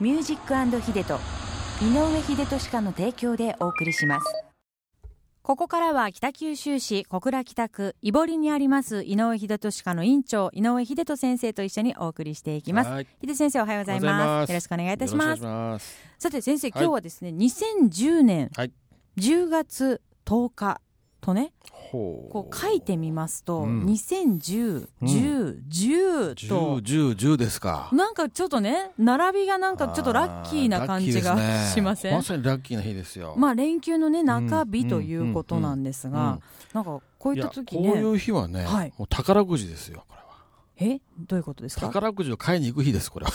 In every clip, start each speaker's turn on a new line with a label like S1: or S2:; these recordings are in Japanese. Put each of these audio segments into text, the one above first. S1: ミュージックヒデと井上秀俊家の提供でお送りします
S2: ここからは北九州市小倉北区井堀にあります井上秀俊家の院長井上秀人先生と一緒にお送りしていきます
S3: はい
S2: 秀先生おはようござい
S3: おはようござ
S2: ま
S3: いますす
S2: よろしくお願いいたし
S3: よ
S2: ま
S3: ろ
S2: す
S3: くお願いします
S2: さて先生
S3: は
S2: 今
S3: い
S2: 日はですね、2010年
S3: はい
S2: 10月10日とね
S3: ほう
S2: こう書いてみますと、
S3: うん
S2: 2010、10、10と
S3: 10、10、10ですか。
S2: なんかちょっとね並びがなんかちょっとラッキーな感じ
S3: あ
S2: が
S3: ーラッキーですね
S2: しません
S3: まさにラッキーな日ですよ。
S2: まあ連休のね中日
S3: うん
S2: ということなんです
S3: うんうん
S2: が、なんかこういった時
S3: いやこう
S2: ね、
S3: いう日はね、
S2: はい
S3: もう宝くじですよ、これは。
S2: えどういうことですか？
S3: 宝くじを買いに行く日です、こ れは。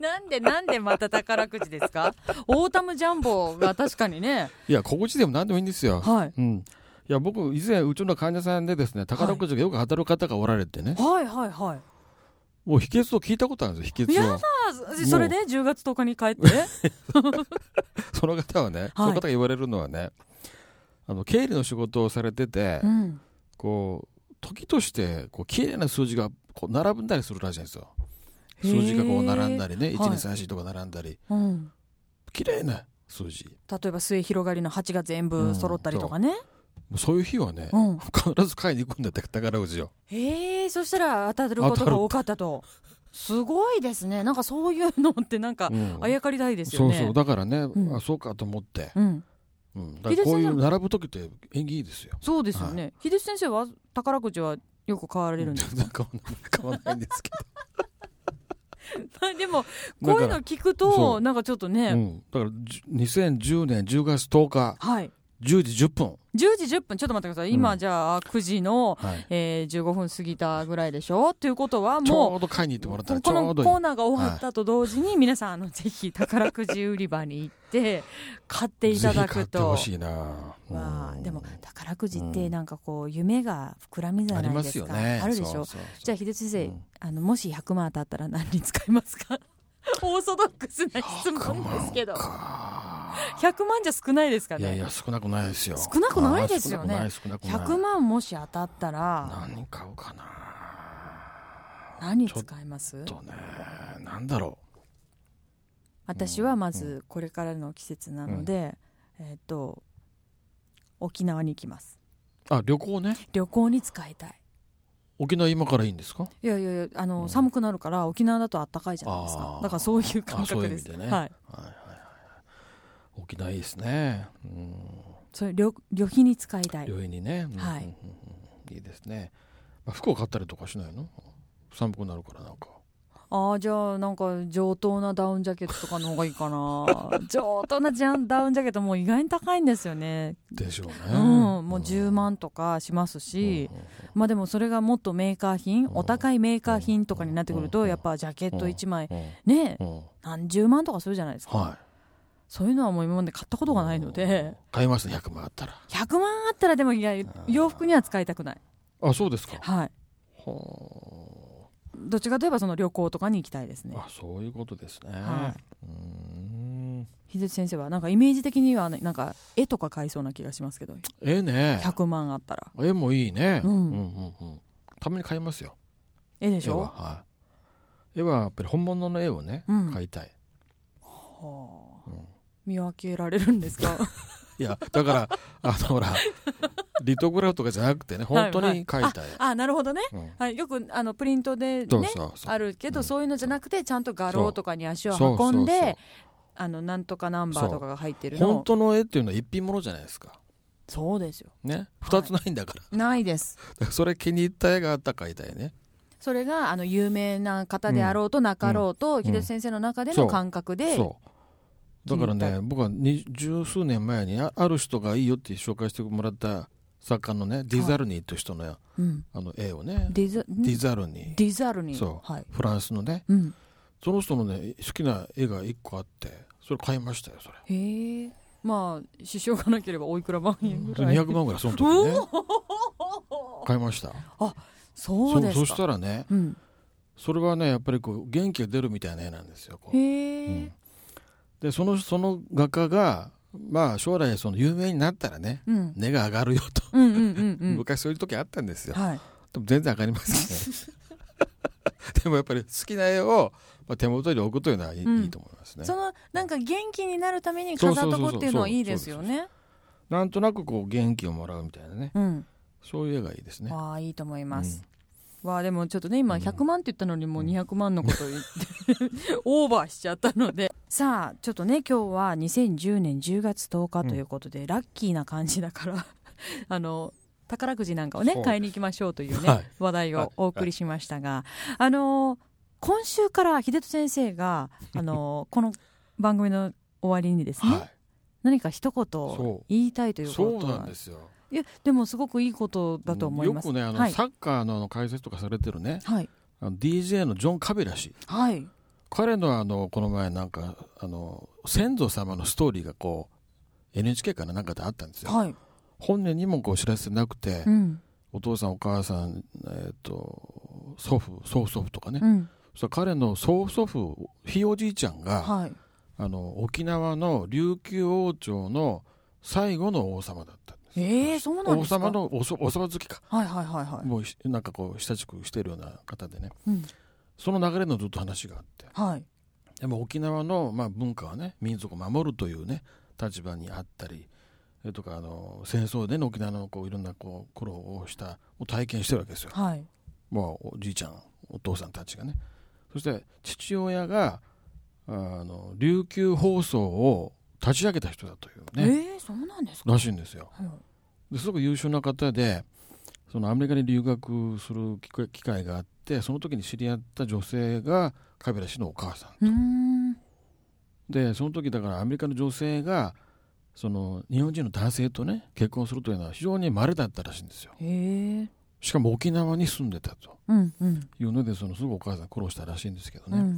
S2: なんでなんでまた宝くじですか？ オータムジャンボが確かにね、
S3: いや、心地でも何でもいいんですよ。
S2: はい
S3: うん。いや、僕、以前、うちの患者さんでですね、宝くじがよく当たる方がおられてね、
S2: はいはいはい。
S3: もう秘訣を聞いたことあるんですよ、秘
S2: や
S3: 訣を。
S2: あそそれで10月10日に帰って、
S3: その方はね、その方が言われるのはね、あの、経理の仕事をされてて、
S2: うん、
S3: こう、時として、こう、綺麗な数字が、こう、並んだりするらしいんですよ。数字がこう、並んだり
S2: へ
S3: ね、
S2: ー
S3: 1、2、3、4とか並んだり、
S2: うん。
S3: 綺麗な数字。
S2: 例えば末広がりの蜂が全部揃ったりとかね。
S3: もうそういう日はね、
S2: うん。
S3: 必ず買いに行くんだって、宝くじを。
S2: へえそしたら当たることが多かったとすごいですねなんかそういうのってなんか
S3: うん
S2: あやかりたいです
S3: そ
S2: よ
S3: う
S2: ね
S3: そう、だからね、
S2: ん
S3: あ、そうかと思って。
S2: うん
S3: うん、だからこうい
S2: 秀
S3: う
S2: 吉
S3: 並ぶ時って縁起いいですよ。
S2: そうですよね、秀秀先生は宝くじはよく買われるんです
S3: 全然買わない 買わないんですけ
S2: まあ でも
S3: ど。
S2: こういうの
S3: だか
S2: 聞く
S3: そ
S2: と
S3: う
S2: なんかちょっと
S3: ら
S2: ね、
S3: うん、だからじ2010年10月10日
S2: はい
S3: 10時10分、
S2: 10時10分ちょっと待ってください今、
S3: うん
S2: じゃあ9時の、
S3: はい、
S2: えー、15分過ぎたぐらいでしょということは
S3: ち
S2: もう
S3: ょうど買いに行ってもらったらち
S2: こ
S3: ょ
S2: の
S3: う
S2: コ
S3: どい
S2: ー
S3: い
S2: ナーが終わったと同時に皆さんあのぜひ宝くじ売り場に行って買ってい
S3: ぜ
S2: た
S3: ひ
S2: だ
S3: 買
S2: く
S3: ってほ
S2: と
S3: しいな、
S2: わあ
S3: うん
S2: でも宝くじってなんかこう夢が膨らみじゃ
S3: あり
S2: ない
S3: ま
S2: ですすか
S3: よね
S2: るでし
S3: そ
S2: ょ
S3: うそうそう
S2: じゃあ秀哲先生、
S3: うん
S2: あのもし100万当たったら何に使いますかオーソドックスな質問ですけど100万じゃ少ないですか
S3: い
S2: ね
S3: やいや少なくないですよ
S2: 少なくないですよね
S3: あー少なくない少なくな
S2: 100
S3: い
S2: 万もし当たったら
S3: 何買うかな
S2: 何使います
S3: とねなんだろ
S2: 私はまずこれからの季節なので、えっ、と沖縄に行きます
S3: うあ旅行ね
S2: 旅行に使いたい
S3: 沖縄今からいいんですか
S2: いやいやいやあの、
S3: うん
S2: 寒くなるから沖縄だと暖かいじゃないですか
S3: あー
S2: だからそういう感
S3: あそ
S2: 覚
S3: ういう意
S2: で
S3: 味
S2: す
S3: でね
S2: はい
S3: 沖縄いいですねうん
S2: それ旅旅費に使いたい
S3: 病院にね、うん
S2: はい
S3: うんうんうんいいですね、まあ、服を買ったりとかしないの寒くなるからなんか
S2: ああじゃあなんか上等なダウンジャケットとかの方がいいか な上等なジャンダウンジャケットもう意外に高いんですよね
S3: でしょうね、
S2: うん、もう10万とかしますし、まあでもそれがもっとメーカー品、お高いメーカー品とかになってくると、やっぱジャケット1枚、
S3: うん
S2: ね
S3: う、んうん
S2: 何十万とかするじゃないですか。
S3: は
S2: そういうのはもう今まで買ったことがないので、
S3: い買いますね100万あったら
S2: 100万あったらでもいや、洋服には使いたくない。
S3: あそうですか
S2: はい。
S3: ほ
S2: どっちかといえばその旅行とかに行きたいです
S3: う
S2: ね。
S3: あそういうことですね、
S2: は
S3: うーん
S2: 秀津先生はなんかイメージ的にはねなんか絵とか買いそうな気がしますけど
S3: ええね
S2: 100万あったら
S3: 絵もいいね、
S2: うん
S3: うんうんうんたまに買いますよ
S2: 絵でし
S3: 絵は
S2: ょ
S3: はい絵はやっぱり本物の絵をね、
S2: うん
S3: 買いたい
S2: はあ見分けられるんです か
S3: いやだから あのほらリトグラフとかじゃなくてね本当に描いたい、
S2: あなるほどね、
S3: うん
S2: はい、よくあのプリントで
S3: そう
S2: ね
S3: そうそう
S2: あるけど、
S3: うん
S2: そういうのじゃなくてちゃんと画
S3: そ
S2: 廊
S3: う
S2: とかに足を
S3: そうそう
S2: 運んで
S3: そう
S2: あのなんとかナンバーとかが入ってるの
S3: 本当の絵っていうのは一品物じゃないですか
S2: そうですよ
S3: ね
S2: はい
S3: 二つないんだから,、
S2: ないです
S3: それ気に入った絵があったら描いたいね
S2: それがあの有名な方であろうとなかろうと、秀津先生の中で
S3: そ
S2: の
S3: う
S2: 感覚で、
S3: そうだから
S2: 気に入
S3: ね僕は二十数年前にあある人がいいよって紹介してもらった作家のねディザルニーという人のあ
S2: うん、
S3: の絵をね
S2: ディザ
S3: ディザルニー
S2: ディザルニー
S3: そう
S2: はい
S3: フランスのね
S2: うん、
S3: その人のね好きな絵が一個あってそれ買いましたよそれ
S2: へえまあ支障がなければおいくら万円ぐらい
S3: 200万ぐらいその時ね買いました
S2: そうです
S3: そ
S2: か
S3: うそしたらね
S2: うん、
S3: それはねやっぱりこう元気が出るみたいな絵なんですよこう
S2: へえ
S3: でそのその画家がまあ将来その有名になったらね
S2: うん、うん、
S3: 値が上がるよと、
S2: うんうんうん
S3: 昔そういう時あったんですよ
S2: はい
S3: でも全然上がりませんねでもやっぱり好きな絵をまあ、手元に置くというのはいい,、
S2: うん
S3: いいと思いますね
S2: そのなんか元気になるために
S3: そう
S2: 飾
S3: そ
S2: っ
S3: う
S2: と
S3: そうそう
S2: こうっていうのはいいですよね。
S3: なんとなくこう元気をもらうみたいなね
S2: うん。
S3: そういう絵がいいですね
S2: わあいいと思います。わあでもちょっとね今100万って言ったのにもう200万のことを言って オーバーしちゃったのでさあちょっとね今日は2010年10月10日ということで、ラッキーな感じだから あの宝くじなんかをね
S3: そう
S2: 買いに行きましょうというね、
S3: はい
S2: 話題をお送りしましたが、あのー今週から秀人先生があ のーこの番組の終わりにですね、
S3: はい
S2: 何か一
S3: そ
S2: 言
S3: う
S2: 言いたいという
S3: そ
S2: こと
S3: うなんですすよ
S2: いやでもすごくいいことだと思います
S3: よくねあの、
S2: はい
S3: サッカーのあの解説とかされてるね
S2: はい
S3: あの DJ のジョン・カビラ氏
S2: はい
S3: 彼のあのこの前なんかあの先祖様のストーリーがこう NHK かななんかであったんですよ、
S2: はい、
S3: 本人にもこう知らせなくて、
S2: うん
S3: お父さんお母さん、えー、と祖父曽祖父とかね、
S2: うん
S3: そしたら彼の曽祖父ひいおじいちゃんが、
S2: はい、
S3: あの沖縄の琉球王朝の最後の王様だったんです
S2: えー、そうなん
S3: 王
S2: ですか
S3: 様のおそ王様好きか、
S2: はいはいはいはい、
S3: もうひなんかこう親しくしてるような方でね
S2: うん、
S3: その流れのずっと話があって
S2: はい
S3: でも沖縄の、まあ、文化はね民族を守るというね立場にあったりそれとかあの戦争で、ね、沖縄のこういろんなこう苦労をしたを体験してるわけですよ、
S2: はい
S3: まあ、おじいちゃんお父さんたちがねそして父親があの琉球放送を立ち上げた人だというね
S2: えー、そうなんですから
S3: しいんですよ
S2: はい
S3: ですごく優秀な方でそのアメリカに留学する機会機会があってその時に知り合った女性がカビラ氏のお母さん
S2: うーん
S3: でその時だからアメリカの女性がその日本人の男性とね結婚するというのは非常に稀だったらしいんですよ
S2: えー、
S3: しかも沖縄に住んでたと
S2: うんうん
S3: いうのでそのすぐお母さん苦労したらしいんですけど
S2: う
S3: ね、
S2: ん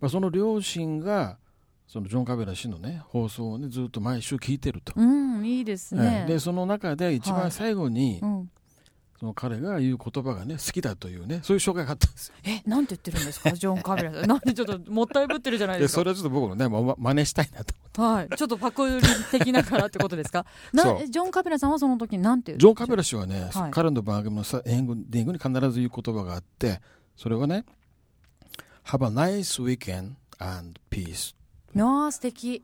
S3: まあ、その両親がそのジョン・カベラ氏のね放送をねずっと毎週聞いてると、
S2: うんいいです
S3: え
S2: ね
S3: えでその中で一
S2: はい
S3: 番最後に、
S2: うん
S3: その彼が言う言葉がね好きだというねそういう紹介があったんですよ
S2: えなんて言ってるんですかジョン・カビラさんなんでちょっともったいぶってるじゃない
S3: で
S2: です
S3: そ
S2: か
S3: れはちょっと僕もねまま真似したいなと思って
S2: はいちょっとパクリ的なからってことです かな
S3: そ
S2: ジョン・カビラさんはその時なんて言う
S3: ジョン・カベラ氏はね、
S2: はい
S3: 彼の番組のさエンディングに必ず言う言葉があってそれはね「Have a nice weekend and peace
S2: あー素敵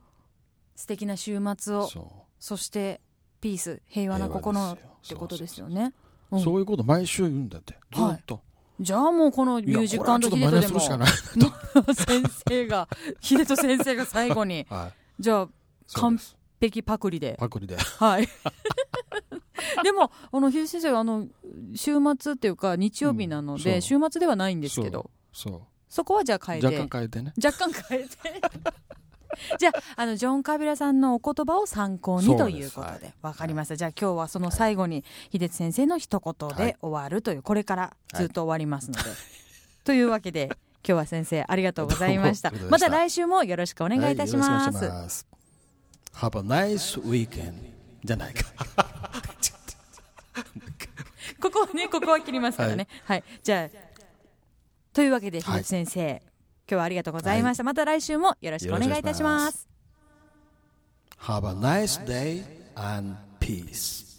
S2: 素敵な週末」を
S3: そ
S2: そしてピース平
S3: う
S2: 和な心
S3: 平
S2: っ
S3: 和です
S2: て
S3: よ
S2: ことです
S3: そう
S2: よね
S3: そう
S2: うん
S3: そういうこと毎週言うんだってず
S2: はい
S3: っと、
S2: じゃあもうこのミ
S3: いや
S2: ュージッ
S3: これは
S2: ク
S3: ちょ
S2: ヒ
S3: っ
S2: デ
S3: と真
S2: ト
S3: 似
S2: ですも
S3: るしかない、
S2: 先生 が秀人先生が最後に
S3: はい
S2: じゃあ
S3: そう
S2: 完
S3: です
S2: 璧パクリで
S3: パクリで
S2: はい でもあの秀人先生はあの週末っていうか日曜日なので、
S3: うん
S2: 週末ではないんですけど
S3: そう
S2: そこはじゃあ変えて
S3: 若干変えてね
S2: 若干変えて じゃああのジョン・カビラさんのお言葉を参考に
S3: そ
S2: と
S3: うです
S2: いうこと
S3: は
S2: でわかりました、じゃあ今日はその最後に秀津先生の一言
S3: は
S2: で
S3: い
S2: 終わるという、これからずっと終わりますので、 というわけで今日は先生ありがとうございました
S3: どうもあり
S2: ま
S3: がと
S2: た
S3: うござ
S2: 来週もよろしくお願いいたし
S3: は
S2: ま
S3: よ
S2: す、
S3: ろくお願いします Have a nice weekend じゃないか
S2: ここはねここは切りますからねはい、じゃあというわけで秀津先生、今日はありがとうございました、また来週もよろしくお願いいたし
S3: よろしくお願いし
S2: ま
S3: ます Have a nice day and peace